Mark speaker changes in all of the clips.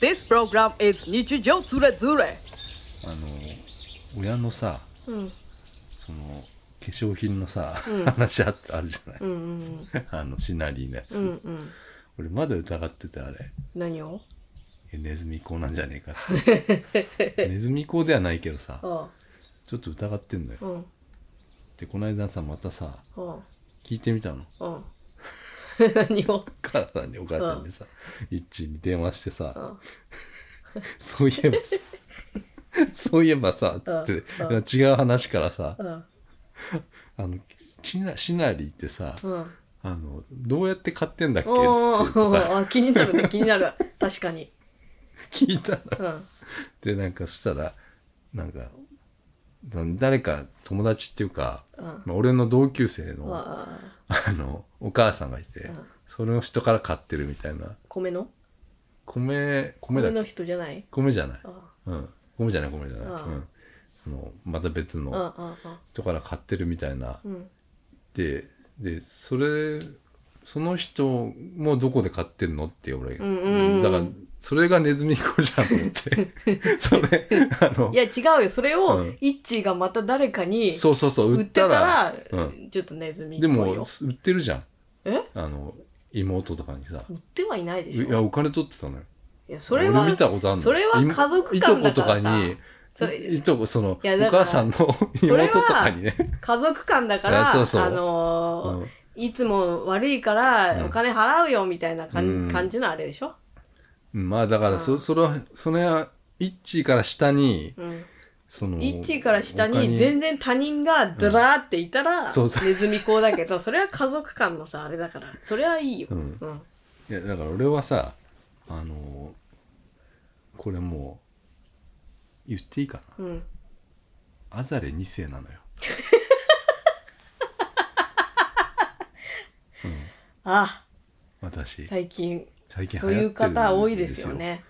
Speaker 1: This program is 日常ズレズレ
Speaker 2: あの親のさ
Speaker 1: うん
Speaker 2: その化粧品のさ、話あったあるじゃない、
Speaker 1: うんうん
Speaker 2: あのシナリーのやつ、
Speaker 1: うんうん
Speaker 2: 俺まだ疑っててあれ
Speaker 1: 何を
Speaker 2: えネズミ講なんじゃねえかって ネズミ講ではないけどさ
Speaker 1: あ
Speaker 2: ちょっと疑ってんのよ
Speaker 1: あうん
Speaker 2: でこの間さまたさ
Speaker 1: あ
Speaker 2: 聞いてみたの
Speaker 1: あうん 何を
Speaker 2: 母さんにお母さんにさ、一致に電話してさ、
Speaker 1: うん
Speaker 2: そういえば さそういえばさつって、
Speaker 1: うんう
Speaker 2: 違う話からさ、
Speaker 1: うん
Speaker 2: あのシナシナリーってさ、
Speaker 1: うん
Speaker 2: あのどうやって買ってんだっけっつ
Speaker 1: お
Speaker 2: ってと
Speaker 1: ー
Speaker 2: か
Speaker 1: あ気になるね気になる確かに
Speaker 2: 聞いたの
Speaker 1: うん
Speaker 2: でなんかそしたらなんかなん誰か友達っていうか、
Speaker 1: うん
Speaker 2: まあ、俺の同級生の、
Speaker 1: ああ
Speaker 2: あのお母さんがいて、
Speaker 1: うん
Speaker 2: その人から買ってるみたいな
Speaker 1: 米の
Speaker 2: 米米だ
Speaker 1: 米
Speaker 2: っけ
Speaker 1: の人じゃない
Speaker 2: 米じゃない
Speaker 1: あ、あ
Speaker 2: うん、米じゃない米じゃない、
Speaker 1: う
Speaker 2: うんん、そのまた別
Speaker 1: あ
Speaker 2: の
Speaker 1: あああ
Speaker 2: 人から買ってるみたいな、
Speaker 1: うん
Speaker 2: ででそれその人もどこで買ってんのって俺、
Speaker 1: うんうんうん
Speaker 2: だからそれがネズミ子じゃんと思って それあの
Speaker 1: いや違うよそれ
Speaker 2: う
Speaker 1: を
Speaker 2: ん
Speaker 1: イッチーがまた誰かに
Speaker 2: そうそうそう
Speaker 1: 売っ
Speaker 2: 売って
Speaker 1: た
Speaker 2: たら
Speaker 1: ら
Speaker 2: うん
Speaker 1: ちょっとネズミっぽ
Speaker 2: で
Speaker 1: い
Speaker 2: も売
Speaker 1: よ
Speaker 2: ってるじゃん
Speaker 1: え
Speaker 2: あの妹とかにさ
Speaker 1: 売ってはいないでしょ
Speaker 2: いやお金取ってたのよ
Speaker 1: いやそれは
Speaker 2: 俺見たことあるの
Speaker 1: それは家族間だからさ
Speaker 2: いいとことかに
Speaker 1: そ
Speaker 2: いいとこその
Speaker 1: いやだ
Speaker 2: お
Speaker 1: から
Speaker 2: 母さんの
Speaker 1: れは
Speaker 2: 妹とかにね、
Speaker 1: 家族間だか
Speaker 2: い
Speaker 1: ら
Speaker 2: やそうそう
Speaker 1: あのー
Speaker 2: うん
Speaker 1: いつも悪いか
Speaker 2: う
Speaker 1: ら
Speaker 2: ん
Speaker 1: お金払うよみたいな感,、
Speaker 2: うん
Speaker 1: 感じのあれでしょ、
Speaker 2: うんまあだから
Speaker 1: う
Speaker 2: そ
Speaker 1: ん
Speaker 2: それはそれはイッチーから下に
Speaker 1: うん、
Speaker 2: その
Speaker 1: 一位から下
Speaker 2: 他
Speaker 1: に全然他人がドラーっていたら、
Speaker 2: んそうそう
Speaker 1: ネズミ講だけど それは家族間のさあれだからそれはいいよ、
Speaker 2: うん
Speaker 1: うん
Speaker 2: いやだから俺はさあのこれもう言っていいか
Speaker 1: うん
Speaker 2: なアザレ2世なのよ
Speaker 1: あ
Speaker 2: 私
Speaker 1: 最近
Speaker 2: 最近流
Speaker 1: そうい
Speaker 2: 行
Speaker 1: う
Speaker 2: ってるん
Speaker 1: 方多いですよね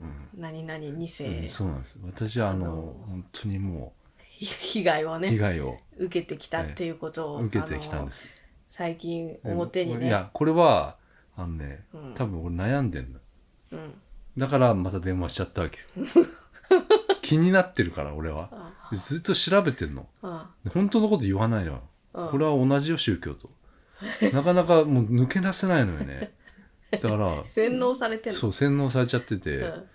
Speaker 2: うん
Speaker 1: 何々2
Speaker 2: うん
Speaker 1: 世
Speaker 2: そうなんです私はあ
Speaker 1: あ
Speaker 2: の
Speaker 1: の
Speaker 2: 本当にも
Speaker 1: 被害を
Speaker 2: う被
Speaker 1: ね
Speaker 2: 害を
Speaker 1: 受けてきたっていうことを、
Speaker 2: 受けてきたんですす、
Speaker 1: 最近表にね
Speaker 2: いやこれはあのね、
Speaker 1: うん
Speaker 2: 多分俺悩んでんの
Speaker 1: うん、
Speaker 2: だからまた電話しちゃったわけ 気になってるから俺は
Speaker 1: あ
Speaker 2: でずっと調べてんの
Speaker 1: あ
Speaker 2: で本当のこと言わないの
Speaker 1: うん
Speaker 2: これは同じよ宗 教となかなかもう抜け出せないのよねだから
Speaker 1: 洗脳されてる
Speaker 2: そう洗脳されちゃってて、
Speaker 1: うん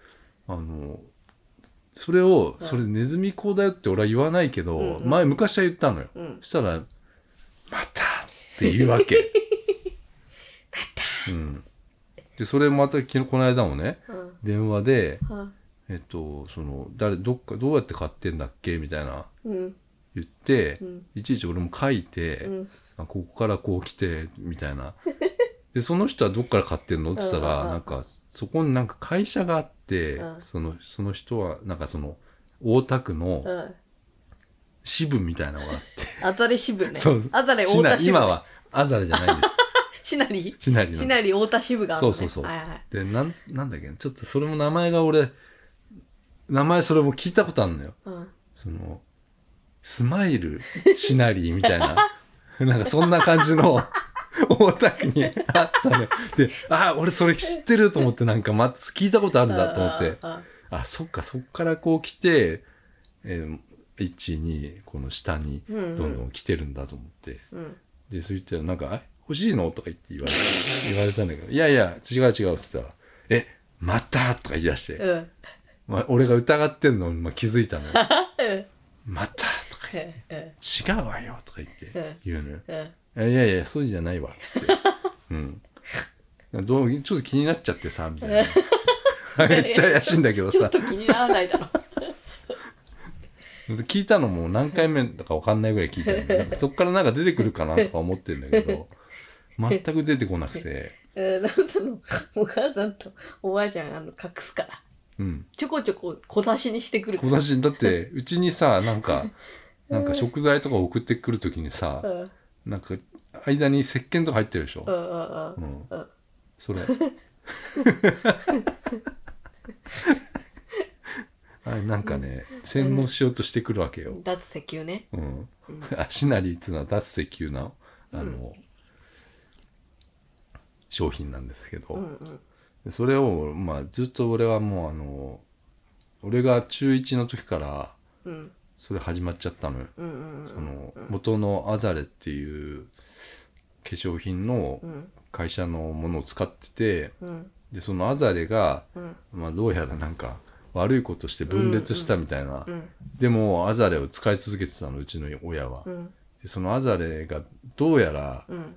Speaker 2: あのそれを、
Speaker 1: うん
Speaker 2: それネズミ講だよって俺は言わないけど、
Speaker 1: うんうん
Speaker 2: 前昔は言ったのよ、
Speaker 1: うん
Speaker 2: そしたら「また!」って言うわ けまた、うん、でそれまた昨日この間もね
Speaker 1: うん
Speaker 2: 電話で
Speaker 1: うん
Speaker 2: えっとその誰どっかどうやって買ってんだっけみたいな
Speaker 1: うん
Speaker 2: 言って、
Speaker 1: うん
Speaker 2: いちいち俺も書いて、
Speaker 1: うん
Speaker 2: あここからこう来てみたいなでその人はどっから買ってんのって言った
Speaker 1: うんうん
Speaker 2: ら
Speaker 1: うん
Speaker 2: なんかそこになんか会社があって、
Speaker 1: うん
Speaker 2: そのその人はなんかその大田区
Speaker 1: う
Speaker 2: の
Speaker 1: ん
Speaker 2: 支部みたいなのがあって、
Speaker 1: あざれ支部ね
Speaker 2: そう
Speaker 1: あざれ
Speaker 2: シ
Speaker 1: 太
Speaker 2: ナ
Speaker 1: 田支部
Speaker 2: 今はアザレじゃないで
Speaker 1: シナ リ
Speaker 2: すシナリ
Speaker 1: シ
Speaker 2: の。
Speaker 1: ナリ太田支部があるの、ね、
Speaker 2: そうそうそう
Speaker 1: はいはい
Speaker 2: でなんなんだっけちょっとそれも名前が俺名前それも聞いたことあるのよ。
Speaker 1: うん
Speaker 2: そのスマイルシナリーみたいな なんかそんな感 じの大田区にあったねでああ俺それ知ってると思ってなんかま聞いたことあるんだと思って
Speaker 1: あ
Speaker 2: あそっかそっからこう来て、え12この下に
Speaker 1: うんうん
Speaker 2: どんどん来てるんだと思って、
Speaker 1: あうん
Speaker 2: でそう言ったらなんかあ「欲しいの?」とか言って言われた言われたんだけど「いやいや違う違う」っつったら「えまた?」とか言い出して、
Speaker 1: うんうん
Speaker 2: まあ、俺が疑ってんのに、まあ、気づいたの よ
Speaker 1: うん
Speaker 2: また?」とか言って。
Speaker 1: うん
Speaker 2: 違うわよとか言って言うのよ
Speaker 1: うん
Speaker 2: あ。いやいや、そうじゃないわっつって。 うん。どうちょっと気になっちゃってさ、みたいな。 めっちゃ怪しいんだけど
Speaker 1: ちょっ
Speaker 2: さ、
Speaker 1: と気にならないだろ
Speaker 2: 聞いたのも何回目だか分かんないぐらい聞いたの なんかそっからなんか出てくるかなとか思ってんだけど、全く出てこなくて、
Speaker 1: うんなんとのお母さんとおばあちゃんあの隠すから
Speaker 2: うん。
Speaker 1: ちょこちょこ小出しにしてくるか
Speaker 2: 小
Speaker 1: ら
Speaker 2: 出し、だって、うちにさ、なんか、なんか食材とか送ってくるときにさ
Speaker 1: う、ん
Speaker 2: なんか、間に石鹸とか入ってるでしょ
Speaker 1: う。んうん
Speaker 2: う
Speaker 1: うんう
Speaker 2: ん
Speaker 1: ん
Speaker 2: それあれなんかね洗脳しようとしてくるわけよ、
Speaker 1: 脱石油ね
Speaker 2: うん、あシナリーっていうのは脱石油なあの、商品なんですけど、
Speaker 1: うんうん
Speaker 2: でそれを、まあ、ずっと俺はもうあの俺が中1の時から
Speaker 1: うん
Speaker 2: それ始まっちゃったのよ。
Speaker 1: うんうん
Speaker 2: その元のアザレっていう化粧品の
Speaker 1: うん
Speaker 2: 会社のものを使ってて
Speaker 1: うん
Speaker 2: でそのアザレが、
Speaker 1: うん
Speaker 2: まあ、どうやらなんか悪いことして分裂したみたいな、
Speaker 1: うん
Speaker 2: でもアザレを使い続けてたのうちの親は、
Speaker 1: うん
Speaker 2: でそのアザレがどうやら
Speaker 1: うん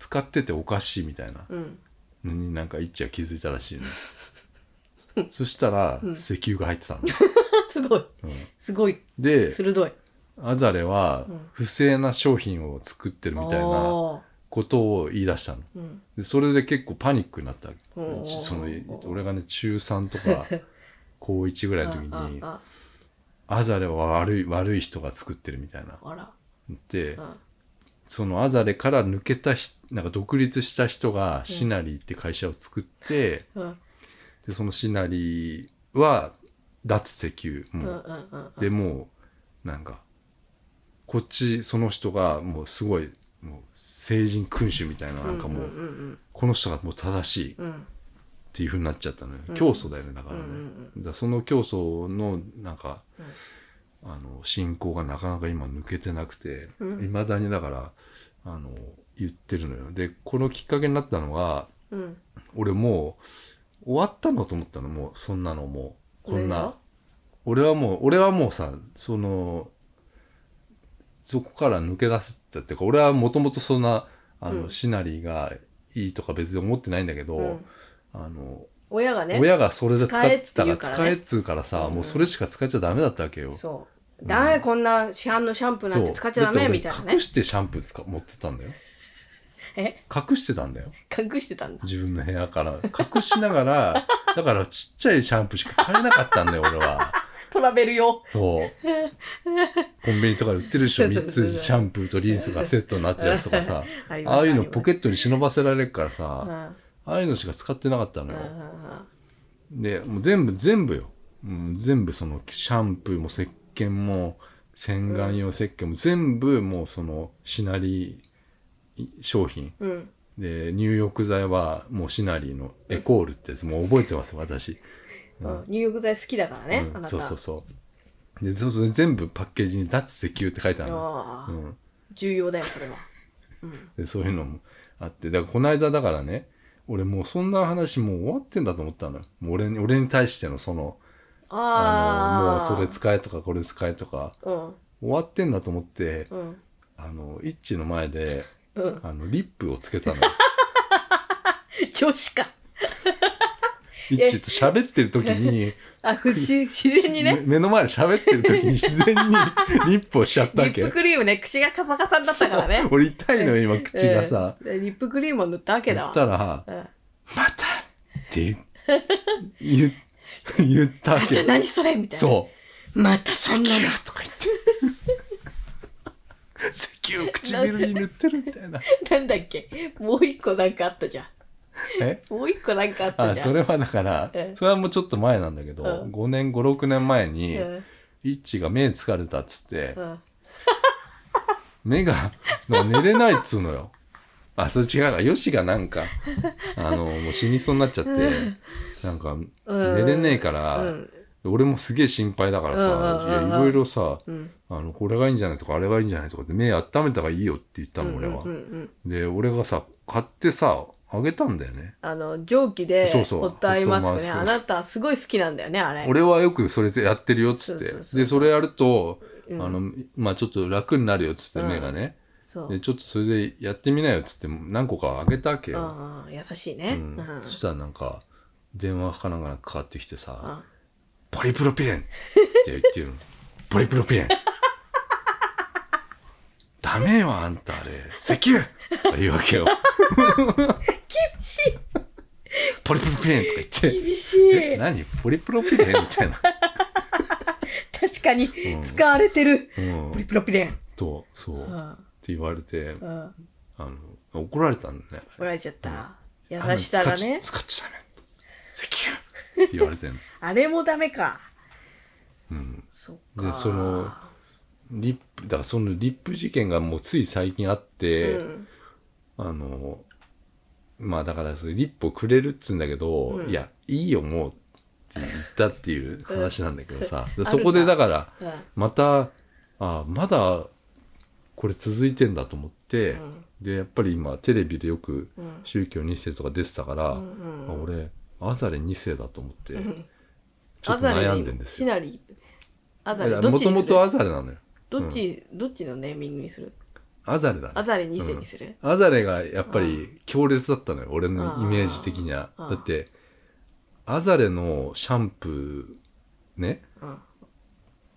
Speaker 2: 使ってておかしいみたいな
Speaker 1: うん
Speaker 2: のになんか一致は気づいたらしい のそしたら
Speaker 1: うん
Speaker 2: 石油が 入ってたの、
Speaker 1: すごい
Speaker 2: うん
Speaker 1: すごい
Speaker 2: で
Speaker 1: 鋭い
Speaker 2: アザレは
Speaker 1: うん
Speaker 2: 不正な商品を作ってるみたいな
Speaker 1: おー
Speaker 2: ことを言い出したの
Speaker 1: うん
Speaker 2: でそれで結構パニックになったわけ
Speaker 1: おー
Speaker 2: ちその俺がね中3 とか高1ぐらいの時に
Speaker 1: あ
Speaker 2: アザレは悪い悪い人が作ってるみたいな
Speaker 1: ああら
Speaker 2: で
Speaker 1: うん
Speaker 2: そのアザレから抜けたひなんか独立した人がシナリーって会社を作って、
Speaker 1: うん
Speaker 2: でそのシナリーは脱石油
Speaker 1: うんう
Speaker 2: も
Speaker 1: ん
Speaker 2: う、
Speaker 1: うん
Speaker 2: でもうなんかこっちその人がもうすごいもう聖人君主みたいななんかもう、
Speaker 1: うんうん
Speaker 2: この人がもう正しい
Speaker 1: うんうん
Speaker 2: っていう風になっちゃったのよ、競争だよねだからね、
Speaker 1: うんうん
Speaker 2: だからその競争のなんか、
Speaker 1: うん
Speaker 2: あの進行がなかなか今抜けてなくていま
Speaker 1: うん、
Speaker 2: 未だにだからあの言ってるのよでこのきっかけになったのが
Speaker 1: うん
Speaker 2: 俺もう終わったのと思ったのもうそんなのもうこ
Speaker 1: 何
Speaker 2: んな
Speaker 1: が
Speaker 2: 俺はもう俺はもうさそのそこから抜け出せたっていうか俺はもともとそんなあの、
Speaker 1: うん
Speaker 2: シナリーがいいとか別に思ってないんだけど、
Speaker 1: うん
Speaker 2: あの
Speaker 1: 親がね
Speaker 2: 親がそれで使ってたら
Speaker 1: 使
Speaker 2: 使
Speaker 1: え
Speaker 2: え
Speaker 1: っ
Speaker 2: っつうからさ、
Speaker 1: うん
Speaker 2: もうそれしか使っちゃダメだったわけよ。
Speaker 1: そうだめ、こんな市販のシャンプーなんて使っちゃダメみたいな
Speaker 2: だって俺
Speaker 1: ね
Speaker 2: 隠してシャンプー使持ってたんだよ。
Speaker 1: え
Speaker 2: 隠してたんだよ。
Speaker 1: 隠してたんだ
Speaker 2: 自分の部屋から。隠しな がら、だからちっちゃいシャンプーしか買えなかったんだよ、俺は。
Speaker 1: トラベル用
Speaker 2: そう。コンビニとかで売ってるでしょ。
Speaker 1: そうそう
Speaker 2: 3
Speaker 1: そう
Speaker 2: つシャンプーとリンスがセットになってるやつとかさ。
Speaker 1: あります
Speaker 2: ああいうのポケットに忍ばせられるから
Speaker 1: あり
Speaker 2: さ、
Speaker 1: ます
Speaker 2: ああいうのしか使ってなかった
Speaker 1: うん
Speaker 2: のよ。
Speaker 1: うんうんうん
Speaker 2: で、もう全部、全部よ。うん、全部その、シャンプーも石鹸も、洗顔用石鹸も、全部もうその、シナリー商品。
Speaker 1: うん
Speaker 2: で、入浴剤はもうシナリーのエコールってやつ、もう覚えてます、私。
Speaker 1: うん入浴剤好きだからね、
Speaker 2: う
Speaker 1: あな
Speaker 2: ん、
Speaker 1: た
Speaker 2: そうそうそう。で、そうそう全部パッケージに脱石油って書いてあるの。
Speaker 1: ああ
Speaker 2: うん。
Speaker 1: 重要だよそれは
Speaker 2: で、そういうのもあって、だからこの間だからね、俺もうそんな話もう終わってんだと思ったのよ。もう俺に、俺に対してのその、あの、も
Speaker 1: あ
Speaker 2: う
Speaker 1: あ
Speaker 2: それ使えとかこれ使えとか、
Speaker 1: うん
Speaker 2: 終わってんだと思って、
Speaker 1: うん
Speaker 2: あの、イッチの前で、
Speaker 1: うん
Speaker 2: あの、リップをつけ たの。
Speaker 1: 女子か
Speaker 2: イッチと喋ってる時に、
Speaker 1: あ不自 自然に
Speaker 2: め
Speaker 1: ね
Speaker 2: 目の前で喋ってる時に自 然にリップをしちゃった
Speaker 1: リ
Speaker 2: わ
Speaker 1: ッ
Speaker 2: け。
Speaker 1: プクリームね口がカサカサになったから
Speaker 2: そう
Speaker 1: ね
Speaker 2: 俺痛いのよ、今、口がさ。
Speaker 1: うんリップクリームを塗ったわけだ
Speaker 2: 言
Speaker 1: わ
Speaker 2: ったら、
Speaker 1: うん
Speaker 2: またって言う言言ったわけ
Speaker 1: で。何それみたいな
Speaker 2: そう
Speaker 1: またそんな
Speaker 2: う。石
Speaker 1: の
Speaker 2: 油とか 言って。石油を唇に塗ってるみたいな。
Speaker 1: なんだっけもう一個なんかあったじゃん
Speaker 2: え
Speaker 1: もう一個なんかあった
Speaker 2: あ
Speaker 1: じゃん
Speaker 2: それはだから、
Speaker 1: うん
Speaker 2: それはもうちょっと前なんだけど、
Speaker 1: うん
Speaker 2: 5年56年前に、
Speaker 1: うん
Speaker 2: イッチが目疲れたっつって、
Speaker 1: うん
Speaker 2: 目が寝れないっつうのよ あそれ違うかヨシがなん かあのもう死にそうになっちゃって、なんか
Speaker 1: うん
Speaker 2: 寝れねえから、
Speaker 1: うん
Speaker 2: 俺もすげえ心配だからさ、
Speaker 1: うんうんうんうん
Speaker 2: いやいろいろさ
Speaker 1: うん
Speaker 2: あのこれがいいんじゃないとかあれがいいんじゃないとかって目温めた方がいいよって言ったの俺は、
Speaker 1: うんうんうん
Speaker 2: で俺がさ買ってさあげたんだよね
Speaker 1: あの蒸気で
Speaker 2: そうそう
Speaker 1: ホットアイマスク
Speaker 2: ホットアイ
Speaker 1: ね
Speaker 2: マスク
Speaker 1: あなたすごい好きなんだよねあれ
Speaker 2: 俺はよくそれでやってるよっつっ
Speaker 1: そうそう
Speaker 2: て
Speaker 1: そう
Speaker 2: でそれやると、
Speaker 1: うん
Speaker 2: あのまあちょっと楽になるよっつって
Speaker 1: うん
Speaker 2: 目がね、
Speaker 1: そう
Speaker 2: でちょっとそれでやってみなよっつって何個かあげたわけよ、
Speaker 1: ああ優しいうね
Speaker 2: ん
Speaker 1: うん
Speaker 2: そしたらなんか電話かなんかかかってきてさ
Speaker 1: あ
Speaker 2: 「ポリプロピレン!」って言ってる の「ポリプロピレン!」ダメよあんたあれ石油とか言うわ けよポリプロピレンとか言って
Speaker 1: 厳しい
Speaker 2: 何ポリプロピレンみたいな、
Speaker 1: 確かに
Speaker 2: ん
Speaker 1: 使われてる
Speaker 2: う
Speaker 1: ポリ
Speaker 2: ん、
Speaker 1: プロピレン
Speaker 2: とそう、
Speaker 1: う
Speaker 2: っ
Speaker 1: ん
Speaker 2: て言われて
Speaker 1: うん
Speaker 2: あの怒られたんだよね
Speaker 1: 怒られちゃった優しさがね
Speaker 2: 使っちゃダメ石油って言われてんの
Speaker 1: あれもダメか
Speaker 2: うん
Speaker 1: そっ
Speaker 2: で
Speaker 1: か
Speaker 2: そのリップだからそのリップ事件がもうつい最近あっ
Speaker 1: う
Speaker 2: て、
Speaker 1: ん
Speaker 2: あのまあだからそれリップをくれるっつうんだけど、
Speaker 1: うん
Speaker 2: いやいいよもうって言ったっていう話なんだけどさ、
Speaker 1: ん
Speaker 2: でそこでだから
Speaker 1: うん
Speaker 2: またあまだこれ続いてんだと思って、
Speaker 1: うん
Speaker 2: でやっぱり今テレビでよく
Speaker 1: うん
Speaker 2: 宗教2世とか出てたから、
Speaker 1: うんうん
Speaker 2: あ俺アザレ2世だと思って、
Speaker 1: うん
Speaker 2: ちょっと悩んでんですよ
Speaker 1: アザレにシナリアザレどっ
Speaker 2: も
Speaker 1: ち
Speaker 2: と
Speaker 1: に
Speaker 2: も
Speaker 1: する
Speaker 2: とアザレなのよ
Speaker 1: どっちどっちのネーミングにする
Speaker 2: アザレだね
Speaker 1: アザレ2世にする
Speaker 2: アザレがやっぱり強烈だったのよ、俺のイメージ的には。
Speaker 1: あー
Speaker 2: だって、アザレのシャンプー、ね、
Speaker 1: うん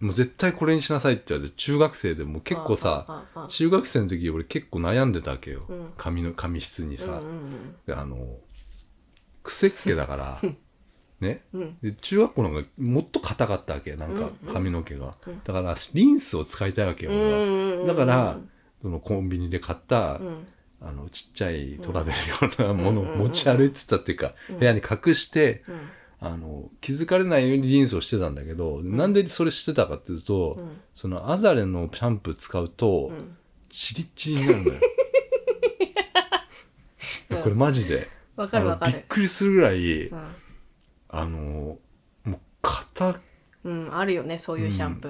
Speaker 2: もう絶対これにしなさいって言われて、中学生でもう結構さ、
Speaker 1: ああああ
Speaker 2: 中学生の時俺結構悩んでたわけよ。
Speaker 1: うん
Speaker 2: 髪の、髪質にさ。
Speaker 1: うんうん
Speaker 2: であの、癖っ気 だから、ね。
Speaker 1: うんうん
Speaker 2: で中学校なんかもっと硬かったわけなんか
Speaker 1: うんうん
Speaker 2: 髪の毛が、
Speaker 1: うん
Speaker 2: だからリンスを使いたいわけよ、俺は
Speaker 1: うんうんうんうん
Speaker 2: だからそのコンビニで買った、
Speaker 1: うん
Speaker 2: あの、ちっちゃいトラベル用なものを
Speaker 1: うんうんうんうん
Speaker 2: 持ち歩いてたっていうか、
Speaker 1: うん
Speaker 2: 部屋に隠して、
Speaker 1: うん
Speaker 2: あの、気づかれないようにリンスをしてたんだけど、なんでそれしてたかっていうと、
Speaker 1: うん
Speaker 2: そのアザレのシャンプー使うと
Speaker 1: う、ん
Speaker 2: チリッチリになるの よ。いやこれマジで。
Speaker 1: わかるわか
Speaker 2: あのびっ
Speaker 1: る
Speaker 2: くりするぐらい、
Speaker 1: うん
Speaker 2: あの、もう、硬、
Speaker 1: うんあるよねそういうシャンプ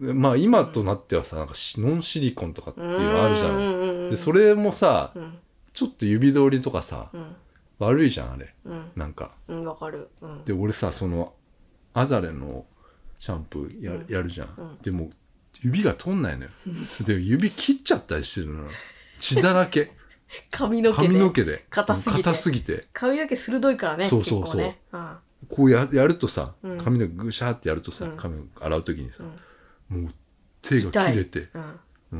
Speaker 1: ー
Speaker 2: まあ今となってはさ、なんかシノンシリコンとかっていうのあるじゃ。
Speaker 1: うんんうんうん
Speaker 2: で、それもさ
Speaker 1: う、ん
Speaker 2: ちょっと指通りとかさ、
Speaker 1: うん
Speaker 2: 悪いじゃん、あれ。
Speaker 1: うん
Speaker 2: なんか。
Speaker 1: うんわかるうん
Speaker 2: で俺さそのアザレのシャンプーや,、
Speaker 1: うん
Speaker 2: やるじゃん、
Speaker 1: うん
Speaker 2: でも指が取んないのよで指切っちゃったりしてるのよ血だらけ
Speaker 1: 髪 の毛で
Speaker 2: 髪の毛で
Speaker 1: 硬すぎて
Speaker 2: ぎて
Speaker 1: 髪の毛鋭いからね
Speaker 2: そうそうそう
Speaker 1: 結構ね
Speaker 2: こうややるとさ
Speaker 1: うん
Speaker 2: 髪の毛ぐしゃーってやるとさ、
Speaker 1: うん
Speaker 2: 髪を洗う時にさ
Speaker 1: う、ん
Speaker 2: もう手が切れて、
Speaker 1: うんうん
Speaker 2: う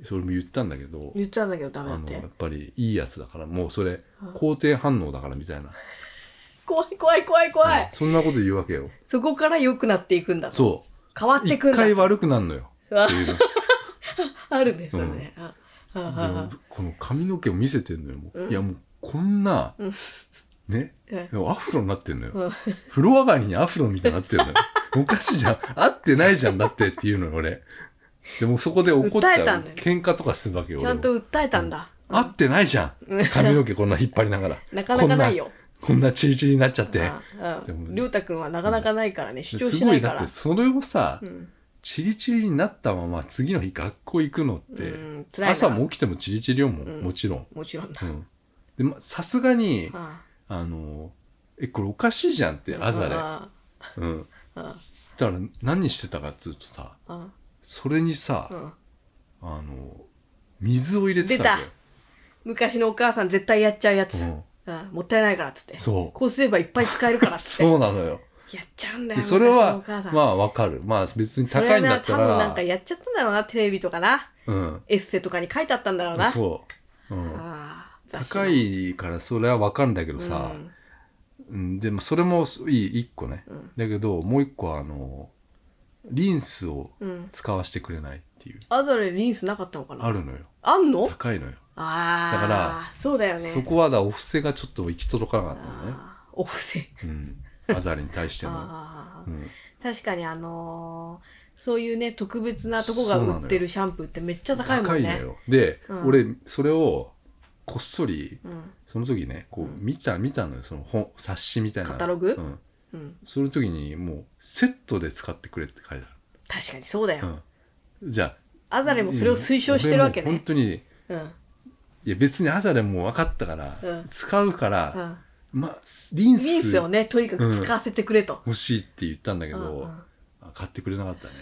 Speaker 2: ん、それも言ったんだけど
Speaker 1: 言ったんだけどダ
Speaker 2: あ
Speaker 1: メだっ
Speaker 2: のや
Speaker 1: て
Speaker 2: っぱりいいやつだからもうそれ
Speaker 1: うん
Speaker 2: 肯定反応だからみたいな、
Speaker 1: 怖い怖い怖い怖
Speaker 2: うん
Speaker 1: い
Speaker 2: そんなこと言うわけよ
Speaker 1: そこから良くなっていくんだう
Speaker 2: そ
Speaker 1: 変わっ
Speaker 2: う
Speaker 1: て
Speaker 2: 一
Speaker 1: くんだ
Speaker 2: 回悪くなるのよ
Speaker 1: うわ
Speaker 2: っ ていうの
Speaker 1: あるねそれねああ
Speaker 2: でも
Speaker 1: あ
Speaker 2: この髪の毛を見せてんのよもう、
Speaker 1: うん
Speaker 2: いやもうこんな、
Speaker 1: うん
Speaker 2: ね
Speaker 1: うん
Speaker 2: でもアフロになってんのよ、
Speaker 1: うん
Speaker 2: 風呂上がりにアフロみたいになってん のよおかしいじゃん合ってないじゃんだってっていうのよ俺でもそこで怒っち
Speaker 1: 訴え
Speaker 2: ゃ
Speaker 1: た
Speaker 2: うん
Speaker 1: だよ
Speaker 2: 喧嘩とかするわけよ
Speaker 1: ち
Speaker 2: 俺
Speaker 1: ゃんと
Speaker 2: も
Speaker 1: 訴えたんだ
Speaker 2: 合ってないじゃん髪の毛こんな引っ張りながら
Speaker 1: なかなかないよ
Speaker 2: こんなこんなチリチリになっちゃって
Speaker 1: ああ
Speaker 2: で
Speaker 1: うん
Speaker 2: も
Speaker 1: りょうたくんはなかなかないからね主張
Speaker 2: す
Speaker 1: し
Speaker 2: ご
Speaker 1: ないいか
Speaker 2: だって
Speaker 1: ら
Speaker 2: それをさ、
Speaker 1: うん
Speaker 2: チリチリになったまま次の日学校行くのって、
Speaker 1: うん辛いな
Speaker 2: 朝も起きてもチリチリよも、
Speaker 1: うん
Speaker 2: もちろん、
Speaker 1: もちろんだ
Speaker 2: うん、でまさすがに、
Speaker 1: あ
Speaker 2: あの、え、これおかしいじゃんって、
Speaker 1: あ
Speaker 2: アザ
Speaker 1: あ
Speaker 2: レ。うん。
Speaker 1: ああ
Speaker 2: だから何してたかっつうとさ、
Speaker 1: あ
Speaker 2: それにさ、
Speaker 1: あうん
Speaker 2: あの、水を入れてたわけよ。
Speaker 1: 昔のお母さん絶対やっちゃうやつ
Speaker 2: うん
Speaker 1: あもったいないからっつって
Speaker 2: そう
Speaker 1: こうすればいっぱい使えるからっつって
Speaker 2: そうなのよ。
Speaker 1: やっちゃうんだよ
Speaker 2: でそれ
Speaker 1: 昔のお
Speaker 2: は
Speaker 1: 母さ、ん
Speaker 2: まあわかる。まあ別に高いんだった
Speaker 1: それはな多分なん
Speaker 2: ら
Speaker 1: か、やっちゃったんだろうなテレビとかな
Speaker 2: うん。
Speaker 1: エッセイとかに書いてあったんだろうな
Speaker 2: そう。うん。
Speaker 1: ああ雑誌の
Speaker 2: 高いからそれはわかるんだけどさ、
Speaker 1: うん
Speaker 2: うん、でもそれもいい、一個ね。
Speaker 1: うん
Speaker 2: だけど、もう一個はあの、リンスを
Speaker 1: うん
Speaker 2: 使わせてくれないっていう、
Speaker 1: アザレリンスなかったのかな
Speaker 2: あるのよ。
Speaker 1: あんの
Speaker 2: 高いのよ。
Speaker 1: ああ
Speaker 2: だから
Speaker 1: そうだよね
Speaker 2: そこはだ、お布施がちょっと行き届かなかったのね。
Speaker 1: ああお布施
Speaker 2: うん、アザレに対しての。
Speaker 1: ああ
Speaker 2: うん、
Speaker 1: 確かにあのーそういうね特別なとこが
Speaker 2: そうなのよ
Speaker 1: 売ってるシャンプーってめっちゃ高いもんね
Speaker 2: のよ。で、
Speaker 1: うん
Speaker 2: 俺、それを、こっそり、
Speaker 1: うん
Speaker 2: その時ね、こう、見た、見たのよ、その本、冊子みたいな。
Speaker 1: カタログ
Speaker 2: うん。
Speaker 1: うん
Speaker 2: その時に、もう、セットで使ってくれって書いて
Speaker 1: 確かにそうだ
Speaker 2: あ
Speaker 1: よ、
Speaker 2: る。うん。じゃ
Speaker 1: ア
Speaker 2: あ。
Speaker 1: ザレもそれを推奨してるわけ
Speaker 2: 俺もう本
Speaker 1: ね
Speaker 2: 当
Speaker 1: う
Speaker 2: に、
Speaker 1: ん
Speaker 2: いや、別にアザレも分かったから、
Speaker 1: うん
Speaker 2: 使うから、
Speaker 1: うん
Speaker 2: まあ、リン
Speaker 1: リン
Speaker 2: ス
Speaker 1: スをねとにかく使わせてくれと、
Speaker 2: 欲しいって言ったんだけど、
Speaker 1: うんうん
Speaker 2: あ買ってくれなかったね。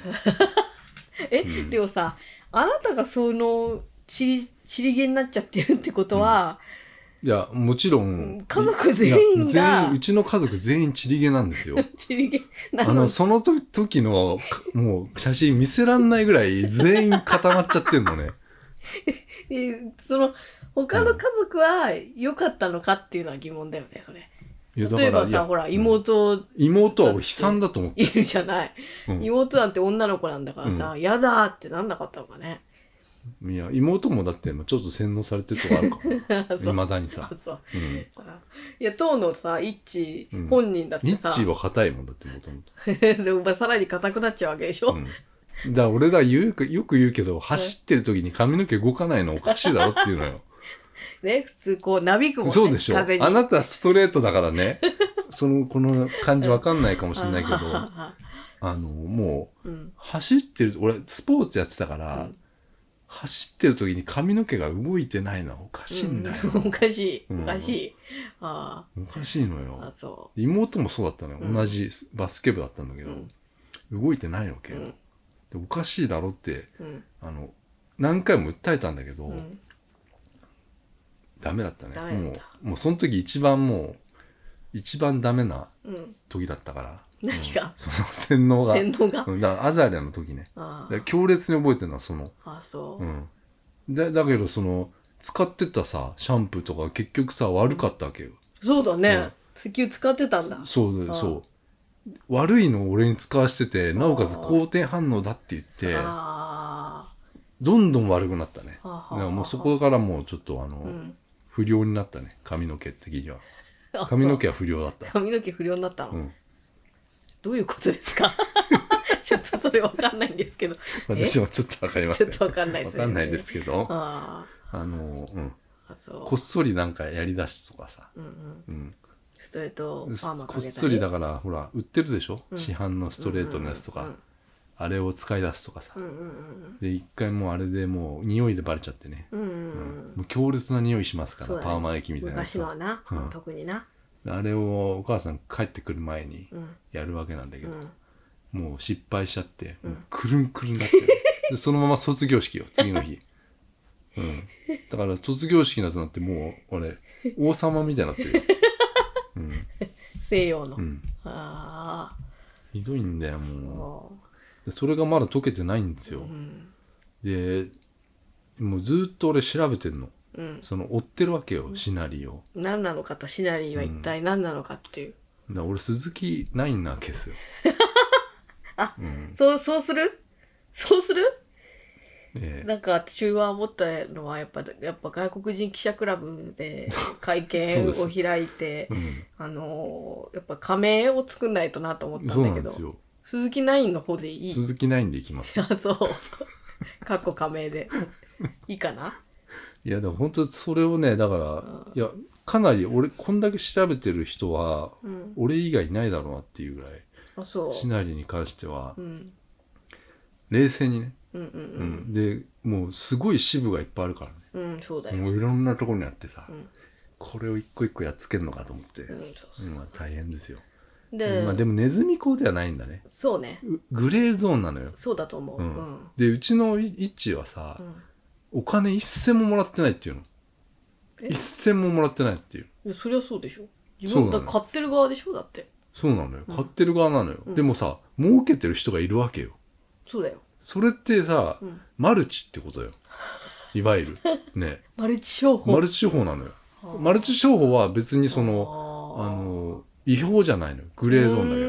Speaker 1: え、
Speaker 2: うん
Speaker 1: でもさあなたがそのちりちりげになっちゃってるってことは、
Speaker 2: いや、もちろ
Speaker 1: うん
Speaker 2: ん。
Speaker 1: 家族全員が
Speaker 2: いや全員、うちの家族全員ちりげなんですよ。
Speaker 1: ちりげな
Speaker 2: あ
Speaker 1: の
Speaker 2: の、
Speaker 1: に
Speaker 2: その時時の、かもう、写真見せらんないぐらい、全員固まっちゃってんのね。
Speaker 1: えその他の家族は良かったのかっていうのは疑問だよねそれ
Speaker 2: いや、だ
Speaker 1: 例えば
Speaker 2: い
Speaker 1: さ
Speaker 2: や
Speaker 1: ほら
Speaker 2: うん
Speaker 1: 妹
Speaker 2: 妹は俺悲惨だと思う。
Speaker 1: いるじゃない、
Speaker 2: うん
Speaker 1: 妹なんて女の子なんだからさ、やだーってなんなかったのかね
Speaker 2: いや、妹もだって、まあちょっと洗脳されてるとこあるか
Speaker 1: そ
Speaker 2: も。
Speaker 1: う
Speaker 2: 未だにさ。
Speaker 1: そう
Speaker 2: うん。
Speaker 1: いや当のさ一
Speaker 2: うん
Speaker 1: 本人だって
Speaker 2: ミ
Speaker 1: さ
Speaker 2: ッ、チーは硬いもんだって、もとも と。
Speaker 1: でもまあさらに硬くなっちゃうわけでしょ、
Speaker 2: うん。だから 俺ら言うか、よく言うけど、走ってる時に髪の毛動かないのおかしいだろっていうのよ。
Speaker 1: ね、普通こう、なびくもんね。
Speaker 2: そうでしょ。
Speaker 1: 風に。
Speaker 2: あなたストレートだか らね、その、この感じわかんないかもしれないけど、あ
Speaker 1: あ
Speaker 2: の、もう、
Speaker 1: ー うん。
Speaker 2: 走ってる、俺、スポーツやってたか
Speaker 1: う
Speaker 2: ら、
Speaker 1: ん
Speaker 2: 走ってる時に髪の毛が動いてないのはおかしいんだよ。
Speaker 1: うんお かしい。
Speaker 2: うん
Speaker 1: おかしい。あ
Speaker 2: おかしいの
Speaker 1: ーあ
Speaker 2: よ。、
Speaker 1: そ
Speaker 2: 妹もそうだったのよ。
Speaker 1: うん
Speaker 2: 同じバスケ部だったんだけど、動いてないわけよ、
Speaker 1: うん
Speaker 2: でおかしいだろって、
Speaker 1: う。うん。
Speaker 2: あの、何回も訴えたんだけど、
Speaker 1: うん。
Speaker 2: ダメだったね
Speaker 1: ダメだ
Speaker 2: も
Speaker 1: っ
Speaker 2: うもうその時一番もう一番ダメな
Speaker 1: うん。
Speaker 2: 時だったから
Speaker 1: 何が
Speaker 2: うんその洗脳 が
Speaker 1: 洗脳が。
Speaker 2: うんだからアザリアの時ね
Speaker 1: あ
Speaker 2: だから
Speaker 1: ー
Speaker 2: 強烈に覚えてるのはその
Speaker 1: あ、そうう。
Speaker 2: んだだけどその使ってたさシャンプーとか結局さ悪かったわけよ、
Speaker 1: そうだ
Speaker 2: う
Speaker 1: ね
Speaker 2: ん。
Speaker 1: 石油使ってたんだ。
Speaker 2: そう
Speaker 1: あ
Speaker 2: そう悪いのを俺に使わしててなおかつ好転反応だって言って
Speaker 1: あ
Speaker 2: どんどん悪くなったね
Speaker 1: あ。はあは
Speaker 2: だ
Speaker 1: あ
Speaker 2: から
Speaker 1: はあ
Speaker 2: もうそこからもうちょっとあの、
Speaker 1: うん。
Speaker 2: 不良になったね髪の毛的には
Speaker 1: あ
Speaker 2: 髪の
Speaker 1: そ
Speaker 2: 毛は不良だ
Speaker 1: う
Speaker 2: った
Speaker 1: 髪の毛不良になった
Speaker 2: う
Speaker 1: の
Speaker 2: ん
Speaker 1: どういうことですか ちょっとそれわかんないんですけど。え
Speaker 2: 私もちょっとわかりま
Speaker 1: ち
Speaker 2: せ
Speaker 1: ょっ
Speaker 2: ん。
Speaker 1: とわかんないで
Speaker 2: わ
Speaker 1: すね。
Speaker 2: かんないですけど、あ
Speaker 1: あ
Speaker 2: の、うん、
Speaker 1: ーあ、そう。
Speaker 2: こっそりなんかやりだしとかさ、
Speaker 1: うんうん。
Speaker 2: うん、
Speaker 1: ストレートをパーマか
Speaker 2: こ
Speaker 1: け
Speaker 2: った
Speaker 1: り。
Speaker 2: そりだから、ほら、売ってるでしょ、
Speaker 1: うん
Speaker 2: 市販のストレートのやつとか、あれを使い出すとかさ、
Speaker 1: うんうんうん
Speaker 2: で、一回もうあれでもう匂いでバレちゃってね、
Speaker 1: うん。うんう
Speaker 2: うん
Speaker 1: ん
Speaker 2: もう強烈な匂いしますから、
Speaker 1: そうだね
Speaker 2: パーマ液み
Speaker 1: うん。
Speaker 2: たいなや
Speaker 1: 昔
Speaker 2: つ
Speaker 1: の
Speaker 2: は
Speaker 1: はな
Speaker 2: うん、
Speaker 1: 特にな。
Speaker 2: であれをお母さん帰ってくる前に
Speaker 1: うん。
Speaker 2: やるわけなんだけ
Speaker 1: う
Speaker 2: ど、
Speaker 1: ん。
Speaker 2: もう失敗しちゃって、
Speaker 1: うん
Speaker 2: もうくるんくるんだってるでそのまま卒業 式よ次の日、うん、だから卒業式のやつなんてもう俺王様みたいになって るよ、うん
Speaker 1: 西洋の
Speaker 2: う。ん、
Speaker 1: あ
Speaker 2: ひどいんだよ
Speaker 1: あ。
Speaker 2: も
Speaker 1: そう
Speaker 2: でそれがまだ解けてないんです
Speaker 1: う。う
Speaker 2: よ
Speaker 1: ん。
Speaker 2: でもうずっと俺調べてんの
Speaker 1: うん。
Speaker 2: その追ってるわけよシナリオ
Speaker 1: 何なのかと、シナリーは一体何なのかっていう。
Speaker 2: だから俺鈴木ナインなわけですよ
Speaker 1: あ
Speaker 2: うん
Speaker 1: そう、そうするそうする
Speaker 2: ええ
Speaker 1: なんか私は思ったのはやっぱやっぱ外国人記者クラブで会見を開いて、
Speaker 2: う
Speaker 1: あのーやっぱ仮名を作んないとなと思っ
Speaker 2: ん、
Speaker 1: た
Speaker 2: そ
Speaker 1: ん
Speaker 2: う
Speaker 1: だ
Speaker 2: な
Speaker 1: け
Speaker 2: んで
Speaker 1: ど
Speaker 2: すよ
Speaker 1: 鈴木ナインの方でいい
Speaker 2: 鈴木ナインでいきます
Speaker 1: あ そうかっこ仮名でいいかない
Speaker 2: やでも本当それをねだから、
Speaker 1: うん
Speaker 2: いやかなり俺こんだけ調べてる人は
Speaker 1: うん
Speaker 2: 俺以外いないだろうなっていうぐらい
Speaker 1: あそ
Speaker 2: シナリオに関しては
Speaker 1: う、うん、
Speaker 2: 冷静にね、
Speaker 1: うんうんう
Speaker 2: うんんでもうすごい支部がいっぱいあるからね
Speaker 1: うん、そうだよ、
Speaker 2: もういろんなところにあってさ、
Speaker 1: うん
Speaker 2: これを一個一個やっつけるのかと思って、
Speaker 1: う、
Speaker 2: うんん
Speaker 1: そうそう
Speaker 2: ま
Speaker 1: そ
Speaker 2: あ
Speaker 1: う、
Speaker 2: 大変ですよ、
Speaker 1: で,、
Speaker 2: まあ、でもネズミ講ではないんだね
Speaker 1: そうね
Speaker 2: うグレーゾーンなのよ
Speaker 1: そうだと思うう
Speaker 2: うんん
Speaker 1: うん、
Speaker 2: でうちのい一致はさ、お金一銭ももらってないっていうの
Speaker 1: え
Speaker 2: 一銭ももらってないっていう
Speaker 1: いやそりゃそうでしょ自分
Speaker 2: そうな
Speaker 1: だ
Speaker 2: の
Speaker 1: 買ってる側でしょだって
Speaker 2: そうなのよ。
Speaker 1: うん
Speaker 2: 買ってる側なのよ。
Speaker 1: うん
Speaker 2: でもさ、儲けてる人がいるわけよ。
Speaker 1: そうだよ、
Speaker 2: それってさ、
Speaker 1: うん、
Speaker 2: マルチってことよ。いわ ゆる。ね。
Speaker 1: マルチ商法
Speaker 2: マルチ商法なのよ。
Speaker 1: はあ
Speaker 2: マルチ商法は別にその、あ
Speaker 1: の
Speaker 2: の、違法じゃないのよ。グレーゾーンだけど。う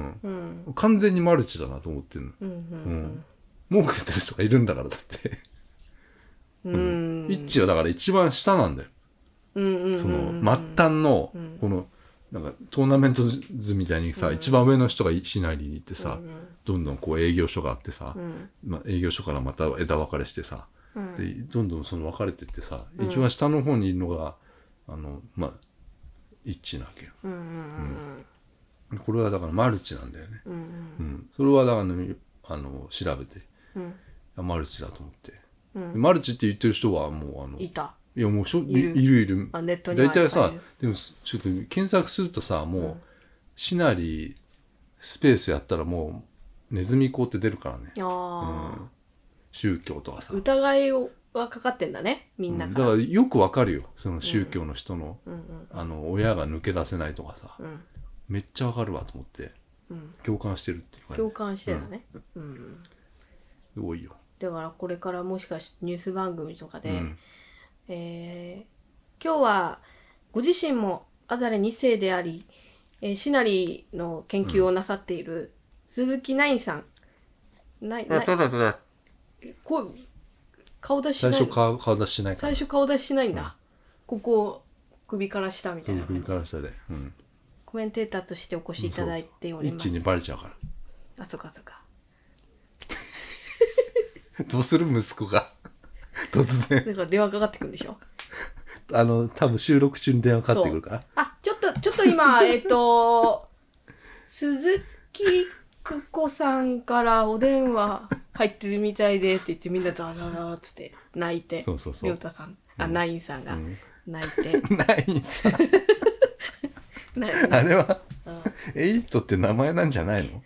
Speaker 2: ん。
Speaker 1: けどうん
Speaker 2: 完全にマルチだなと思ってるの。
Speaker 1: うんうん
Speaker 2: 儲けてる人がいるんだからだって。
Speaker 1: うん
Speaker 2: う
Speaker 1: うん
Speaker 2: 一致はだから一番下なんだよ。
Speaker 1: うんうんうん
Speaker 2: その、末端の
Speaker 1: うん、
Speaker 2: この、なんかトーナメント図みたいにさ、
Speaker 1: うん
Speaker 2: 一番上の人がしないに行ってさ、
Speaker 1: うん
Speaker 2: どんどんこう営業所があってさ、
Speaker 1: うん
Speaker 2: まあ、営業所からまた枝分かれしてさ、
Speaker 1: うん
Speaker 2: でどんどんその分かれてってさ、
Speaker 1: うん
Speaker 2: 一番下の方にいるのがあのまあ一致なわけよ
Speaker 1: うんうん
Speaker 2: これはだからマルチなんだよね、
Speaker 1: うんうんうん
Speaker 2: う
Speaker 1: うん
Speaker 2: ん、それはだからあのあの調べて
Speaker 1: うん
Speaker 2: あマルチだと思って、
Speaker 1: うん
Speaker 2: マルチって言ってる人はもうあの
Speaker 1: い
Speaker 2: い
Speaker 1: た
Speaker 2: やもうしょい
Speaker 1: いる
Speaker 2: いるいる
Speaker 1: あネットに
Speaker 2: 大体
Speaker 1: は
Speaker 2: さ
Speaker 1: いっぱいいる
Speaker 2: でもすちょっと検索するとさもう、
Speaker 1: うん
Speaker 2: シナリースペースやったらもうネズミ講って出るからね、う
Speaker 1: あ
Speaker 2: ん宗教とかさ
Speaker 1: あ疑いはかかってんだねみんな
Speaker 2: うん
Speaker 1: か
Speaker 2: だ
Speaker 1: ら
Speaker 2: か
Speaker 1: う
Speaker 2: らよくわかるよその宗教の人の,、
Speaker 1: んうん
Speaker 2: あの親が抜け出せないとかさ、
Speaker 1: うん
Speaker 2: めっちゃわかるわと思って
Speaker 1: うん
Speaker 2: 共感してるっていうか、
Speaker 1: 共感してるのねうん
Speaker 2: すごいよ、
Speaker 1: だからこれからもしかしてニュース番組とかで、
Speaker 2: うん、
Speaker 1: えー今日はご自身もアザレ2世であり、えーシナリーの研究をなさっている鈴木ナインさん。ない、ない、
Speaker 2: だただ
Speaker 1: こう、顔出ししな
Speaker 2: 最
Speaker 1: い
Speaker 2: 初顔顔出しないから
Speaker 1: 最初顔出ししないんだ。ここ、首から下みたいな。
Speaker 2: 首から下で、うん、
Speaker 1: コメンテーターとしてお越しいただいております。
Speaker 2: 一にバレちゃうか
Speaker 1: あ、
Speaker 2: ら
Speaker 1: そうかそうか。
Speaker 2: どうする息子が突然
Speaker 1: だから電話かかってくるんでしょ
Speaker 2: あの、多分収録中に電話かかってくるから。
Speaker 1: あ、ちょっと、ちょっと 今、えっと、鈴木久子さんからお電話入ってるみたいでって言ってみんなザーザーザーっつって泣いて、
Speaker 2: そうそうそ
Speaker 1: り
Speaker 2: う
Speaker 1: ょうたさん、あ、ナインさんが
Speaker 2: うん
Speaker 1: 泣いて、
Speaker 2: ないさ。
Speaker 1: な
Speaker 2: あれは、
Speaker 1: うん
Speaker 2: エイトって名前なんじゃない の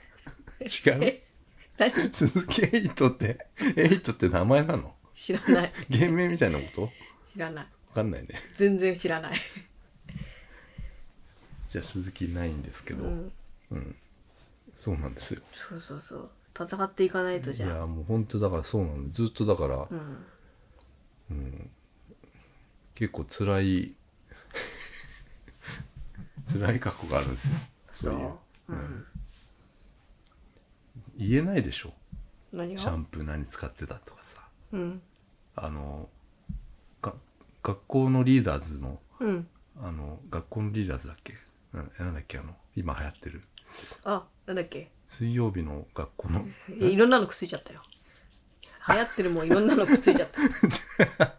Speaker 2: 違う
Speaker 1: え何
Speaker 2: 鈴木エイトって、エイトって名前なの
Speaker 1: 知らない。
Speaker 2: 芸名みたいなことわ
Speaker 1: 知らない。
Speaker 2: かんないね。
Speaker 1: 全然知らない。
Speaker 2: じゃあ鈴木ないんですけ
Speaker 1: う
Speaker 2: ど、
Speaker 1: ん。
Speaker 2: そうなんですよ。
Speaker 1: そうそうそう。戦っていかないと
Speaker 2: い
Speaker 1: じゃあ。
Speaker 2: や、もう本当だからそうなの。ずっとだから、
Speaker 1: うん。
Speaker 2: 結構辛い 辛い過去があるんですよ
Speaker 1: そう。う
Speaker 2: うん
Speaker 1: ん。
Speaker 2: 言えないでしょ
Speaker 1: 何
Speaker 2: シャ
Speaker 1: が
Speaker 2: ンプー何使ってたとかさ
Speaker 1: うん。
Speaker 2: あのが学校のリーダーズの
Speaker 1: うん。
Speaker 2: あの学校のリーダーズだっけうんえなんだっけあの今流行ってる
Speaker 1: あ、なんだっけ
Speaker 2: 水曜日の学校の
Speaker 1: いろんなのくっついちゃったよ。流行ってるもんいろんなのくっついちゃった。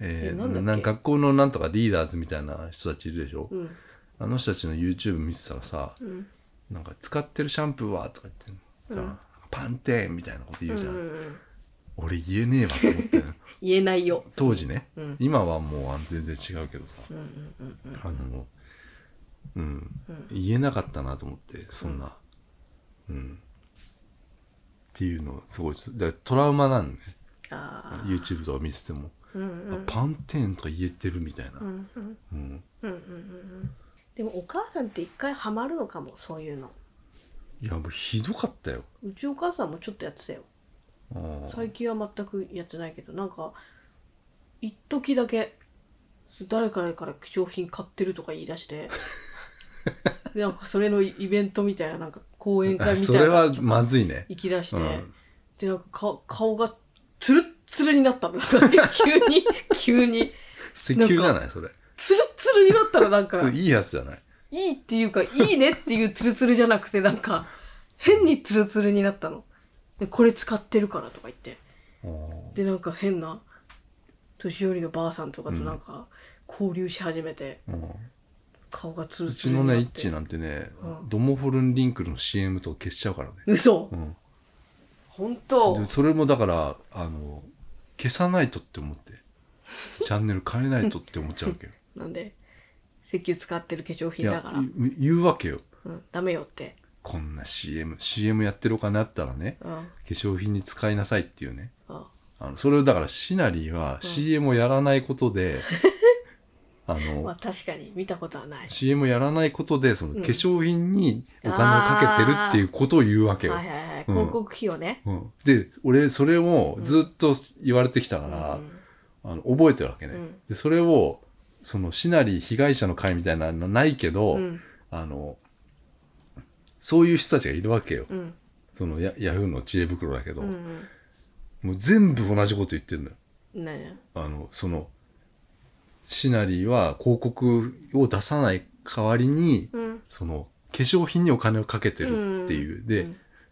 Speaker 2: え
Speaker 1: え
Speaker 2: ー
Speaker 1: なんだっけ
Speaker 2: なんか学校のなんとかリーダーズみたいな人たちいるでしょ、
Speaker 1: うん。
Speaker 2: あの人たちの YouTube 見てたらさ、
Speaker 1: うん。
Speaker 2: なんか使ってるシャンプーはとか言ってさ、
Speaker 1: うん
Speaker 2: パンテーンみたいなこと言うじゃん、
Speaker 1: うんうんうん
Speaker 2: 俺言えねえわと思っ てる
Speaker 1: 言えないよ。
Speaker 2: 当時ね、
Speaker 1: うん
Speaker 2: 今はもうあの全然違うけどさ、
Speaker 1: うんうんうんうん。
Speaker 2: あのうん、言えなかったなと思ってそんなうん、っていうのすごいだからトラウマなんね
Speaker 1: ああ。
Speaker 2: YouTube とか見てても、
Speaker 1: うんうん
Speaker 2: あパンテーンとか言えてるみたいな、
Speaker 1: うんうんう
Speaker 2: うん
Speaker 1: んうんうんうん。でもお母さんって一回ハマるのかもそういうの。
Speaker 2: いやもうひどかったよ
Speaker 1: うちお母さんもちょっとやってたよ。
Speaker 2: あー
Speaker 1: 最近は全くやってないけどなんか一時だけ誰かから化粧品買ってるとか言い出して でなんかそれのイベントみたいななんか講演会
Speaker 2: あ
Speaker 1: みた
Speaker 2: そ
Speaker 1: いな
Speaker 2: れはまずいね
Speaker 1: 行き出して、
Speaker 2: うん
Speaker 1: でなんかか顔がツルッツルになったのなんか急に急に
Speaker 2: 石油じゃないそれ
Speaker 1: ツルッツルになったらなん か
Speaker 2: いいやつじゃない
Speaker 1: いいっていうかいいねっていうツルツルじゃなくてなん か変にツルツルになったのでこれ使ってるからとか言って
Speaker 2: あー
Speaker 1: でなんか変な年寄りのばあさんとかとなんか交流し始めて、
Speaker 2: うん
Speaker 1: 顔がツル
Speaker 2: う
Speaker 1: ツ
Speaker 2: ち
Speaker 1: ル
Speaker 2: の
Speaker 1: になっ
Speaker 2: ね、
Speaker 1: て
Speaker 2: イッチなんてね、
Speaker 1: うん
Speaker 2: ドモフォルンリンクルの CM とか消しちゃうからね。
Speaker 1: 嘘
Speaker 2: うん。
Speaker 1: 本当
Speaker 2: でそれもだから、あの、消さないとって思って。チャンネル変えないとって思っちゃうわ けよ。
Speaker 1: なんで石油使ってる化粧
Speaker 2: い
Speaker 1: 品だ
Speaker 2: や
Speaker 1: から、、
Speaker 2: い言うわけよ。
Speaker 1: うん、ダメよって、
Speaker 2: こんな CM、CM やってるお金あったらね、
Speaker 1: うんうん、
Speaker 2: 化粧品に使いなさいっていうね。
Speaker 1: あ
Speaker 2: あの、それをだからシナリーは CM をやらないこ とで、あの、
Speaker 1: まあ確かに見たことはない、
Speaker 2: CM をやらないことで、その
Speaker 1: うん
Speaker 2: 化粧品にお金をかけてるっていうことを言うわけよ。
Speaker 1: はいはいはい、
Speaker 2: うん
Speaker 1: 広告費をね、
Speaker 2: うん、で俺それをずっと言われてきたから、あの覚えてるわけね、
Speaker 1: うん
Speaker 2: でそれをそのシナリー被害者の会みたいなのないけど、
Speaker 1: うん
Speaker 2: あのそういう人たちがいるわけよ、
Speaker 1: うん
Speaker 2: そのヤヤフーの知恵袋だけど、
Speaker 1: うんうん
Speaker 2: もう全部同じこと言ってるのよ
Speaker 1: ね
Speaker 2: あのそのシナリーは広告を出さない代わりに、
Speaker 1: うん
Speaker 2: その化粧品にお金をかけてるっていう、で、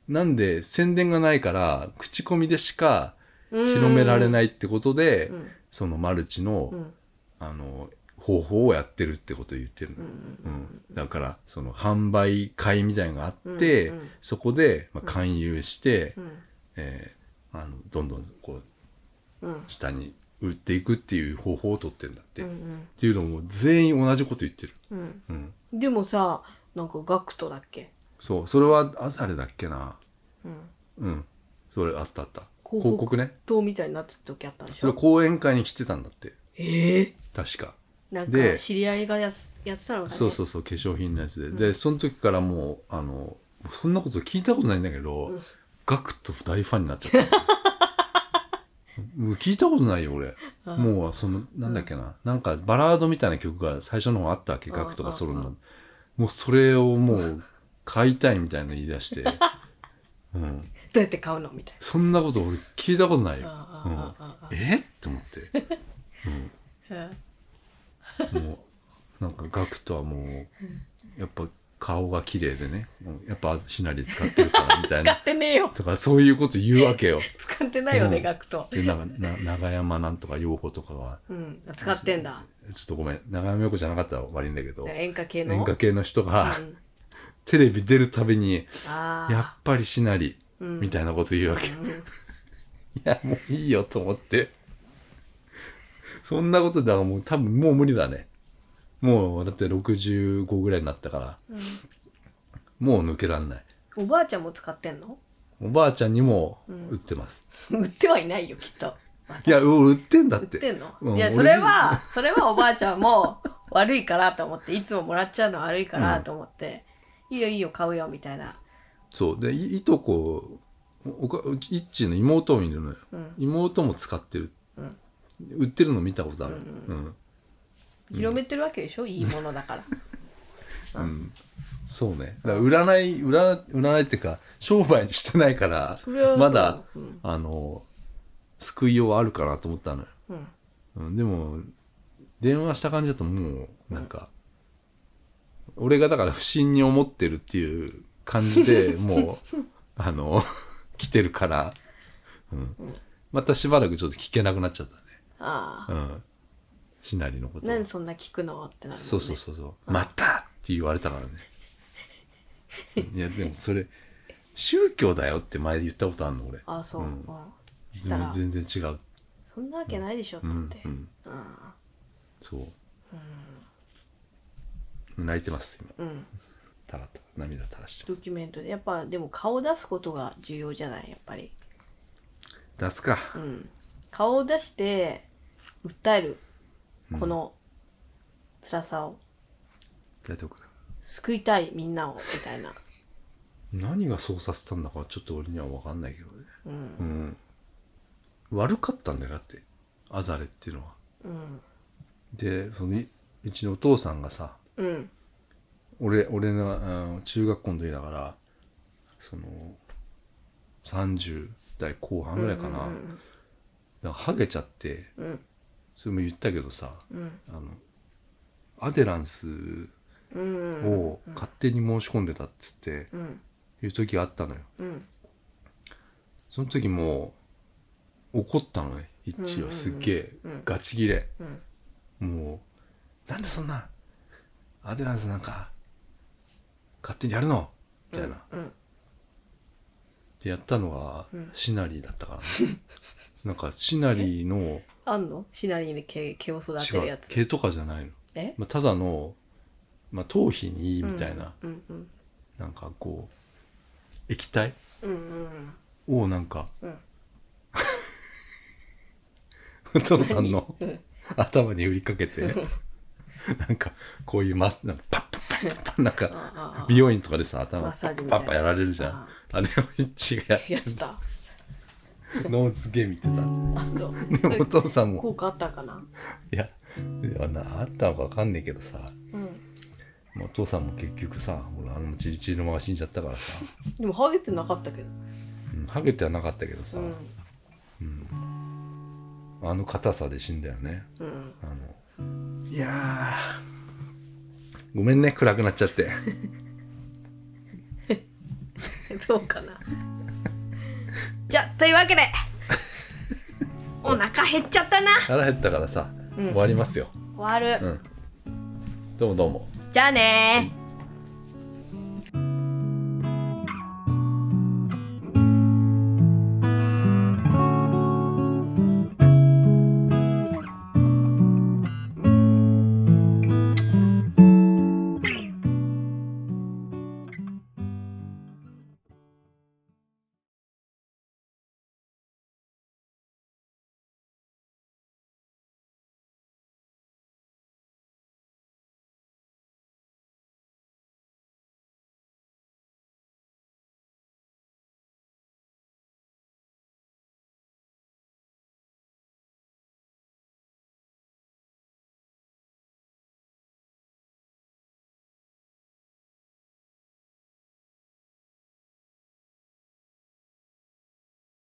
Speaker 2: なんで宣伝がないから口コミでしか広められ
Speaker 1: い、
Speaker 2: ないってことで、
Speaker 1: うん
Speaker 2: そのマルチの,、
Speaker 1: うん
Speaker 2: あの方法をやってるってことを言ってるの、
Speaker 1: うん
Speaker 2: うんだからその販売会みたいなのがあって、
Speaker 1: うんうん
Speaker 2: そこで、まあ、勧誘して、
Speaker 1: うん
Speaker 2: えーあのどんどんこう
Speaker 1: うん
Speaker 2: 下に売っていくっていう方法を取ってるんだって、
Speaker 1: う
Speaker 2: っ
Speaker 1: ん
Speaker 2: ていうのも全員同じこと言ってる、
Speaker 1: うん
Speaker 2: うん、
Speaker 1: でもさなんかガクトだっけ、
Speaker 2: そうそれはああれだっけな
Speaker 1: うん、
Speaker 2: うんそれあったあった
Speaker 1: 告
Speaker 2: 広告ね
Speaker 1: 党みたいになってた時あったんでし
Speaker 2: それ
Speaker 1: ょ
Speaker 2: 講演会に来てたんだって
Speaker 1: ええ
Speaker 2: 確か
Speaker 1: なん
Speaker 2: で
Speaker 1: か知り合いがやつやってたのかね
Speaker 2: そうそううそう化粧品のやつで、でその時からもうあのそんなこと聞いたことないんだけど、
Speaker 1: うん
Speaker 2: ガクッと大ファンになっちゃった もう聞いたことないよ俺
Speaker 1: あ
Speaker 2: もうそのなんだっけな、なんかバラードみたいな曲が最初の方あったわけ
Speaker 1: あ
Speaker 2: ガクとかソロ
Speaker 1: ああ
Speaker 2: のもうそれをもう買いたいみたいなの言い出して、うん、
Speaker 1: どうやって買うのみたい
Speaker 2: そんなこと俺聞いたことないよ
Speaker 1: ああああああ
Speaker 2: うん、えって思って
Speaker 1: な、
Speaker 2: もうなんかガクトはもうやっぱ顔が綺麗でね、うんやっぱシナリ使ってるからみた
Speaker 1: 使
Speaker 2: いな。
Speaker 1: ってねえよ。
Speaker 2: とか、そういうこと言うわけよ。
Speaker 1: 使ってないよね、
Speaker 2: うん
Speaker 1: ガクト。
Speaker 2: で、なんか、な長山なんとか陽子とかは、
Speaker 1: うん。使ってんだ。
Speaker 2: ちょっとごめん、長山陽子じゃなかったら悪いんだけど、
Speaker 1: 演歌系の。
Speaker 2: 演歌系の人が、
Speaker 1: うん
Speaker 2: テレビ出るたびに、
Speaker 1: ああ。
Speaker 2: やっぱりシナリ、
Speaker 1: うん
Speaker 2: みたいなこと言うわけ。い
Speaker 1: うん
Speaker 2: や、もういいよと思って。そんなことだからもう多分もう無理だね。もうだって65ぐらいになったから、
Speaker 1: うん
Speaker 2: もう抜けらんない。
Speaker 1: おばあちゃんも使ってんの
Speaker 2: おばあちゃんにも
Speaker 1: うん
Speaker 2: 売ってます。
Speaker 1: 売ってはいないよ、きっと。
Speaker 2: いや、う売ってんだっ
Speaker 1: 売
Speaker 2: て。
Speaker 1: ってんの、
Speaker 2: うん
Speaker 1: いや、
Speaker 2: 俺
Speaker 1: それは、 それはおばあちゃんも悪いからと思って、いつももらっちゃうの悪いからと思って、いいよいいよ、買うよ、みたいな。
Speaker 2: そう。で、いいとこ、おかいっちーの妹もいるのよ。
Speaker 1: うん
Speaker 2: 妹も使ってる、
Speaker 1: うん
Speaker 2: 売ってるの見たことある。うん。
Speaker 1: 広めてるわけでしょいいものだ から。
Speaker 2: うんそうね。だから占い、占占いっていうか、商売にしてないから
Speaker 1: それは、
Speaker 2: まだ、
Speaker 1: うん
Speaker 2: あの、救いようはあるかなと思ったのよ。
Speaker 1: うん。
Speaker 2: うん、でも、電話した感じだともう、なんか、俺がだから不審に思ってるっていう感 じでもう、あの、来てるから、うん。またしばらくちょっと聞けなくなっちゃったね。
Speaker 1: ああ。
Speaker 2: うん。シナリのことを。
Speaker 1: なんでそんな聞くのってなるもんね
Speaker 2: そうそうそうそう。またって言われたからね。いや、でもそれ、宗教だよって前言ったことあるの、俺。
Speaker 1: ああ、そう。
Speaker 2: う
Speaker 1: うんんしたら
Speaker 2: 全然違う。
Speaker 1: そんなわけないでしょ、つ
Speaker 2: う
Speaker 1: っ
Speaker 2: ん
Speaker 1: て。、
Speaker 2: うん、
Speaker 1: あ
Speaker 2: そう。泣いてます、今。
Speaker 1: あうん。
Speaker 2: たらたら、涙垂らして
Speaker 1: ドキュメントで。やっぱ、でも顔出すことが重要じゃないやっぱり。
Speaker 2: 出すか。
Speaker 1: うん、顔を出して訴えるこの辛さを
Speaker 2: 大丈夫か
Speaker 1: 救いたいみんなをみたいな
Speaker 2: 何がそうさせたんだか、ちょっと俺には分かんないけどね。うん。悪かったんだよ、だって。アザレっていうのは。
Speaker 1: うん
Speaker 2: で、その、いうちのお父さんがさ、
Speaker 1: うん
Speaker 2: 俺俺が、うん中学校の時だからその30代後半ぐらいかな、なんかハゲちゃって
Speaker 1: うん
Speaker 2: それも言ったけどさ
Speaker 1: うん
Speaker 2: あのアデランス
Speaker 1: うん
Speaker 2: を勝手に申し込んでたっつって
Speaker 1: うん
Speaker 2: いう時があったのよ
Speaker 1: うん
Speaker 2: その時もう怒ったのね一応すっげえ
Speaker 1: うん
Speaker 2: ガチギレ、
Speaker 1: うん
Speaker 2: もうなんでそんなアデランスなんか勝手にやるのみたいな、
Speaker 1: うん
Speaker 2: でやったのが
Speaker 1: うん
Speaker 2: シナリーだったから、ねなんかシナリーの
Speaker 1: あんのシナリーで毛毛を育てる
Speaker 2: 違
Speaker 1: や
Speaker 2: う
Speaker 1: つ
Speaker 2: 毛とかじゃないの、
Speaker 1: え
Speaker 2: まあ、ただの、まあ、頭皮にいいみたいな、
Speaker 1: うんうん
Speaker 2: なんかこう液体
Speaker 1: うんうん
Speaker 2: をなんか、
Speaker 1: うん
Speaker 2: お父さんの
Speaker 1: うん
Speaker 2: 頭に振りかけてなんかこういうマスなんかパッパッパッパッパッなんか
Speaker 1: ああ
Speaker 2: 美容院とかでさ頭
Speaker 1: マッサ
Speaker 2: パ
Speaker 1: ージ
Speaker 2: ッ
Speaker 1: み
Speaker 2: パ
Speaker 1: たいな
Speaker 2: ッパやられるじゃん
Speaker 1: あ
Speaker 2: あれを一致がや
Speaker 1: やってた
Speaker 2: ってノーズゲー見てた
Speaker 1: あそう
Speaker 2: でお父さんも
Speaker 1: 効果あったかない
Speaker 2: や、いやなあったのかわかんねえけどさ、
Speaker 1: うん
Speaker 2: まあお父さんも結局さ、俺あのチリチリのまま死んじゃったからさ、
Speaker 1: でもハゲてなかったけど
Speaker 2: うん、ハゲてはなかったけどさ、
Speaker 1: うん
Speaker 2: あの硬さで死んだよね。
Speaker 1: うん
Speaker 2: あの、いやー、ごめんね、暗くなっちゃって。
Speaker 1: そうかな。じゃあというわけで、お腹減っちゃったな。
Speaker 2: 腹減ったからさ、
Speaker 1: うん
Speaker 2: 終わりますよ。
Speaker 1: 終わ
Speaker 2: う
Speaker 1: る。
Speaker 2: ん。どうもどうも。
Speaker 1: じゃあねー。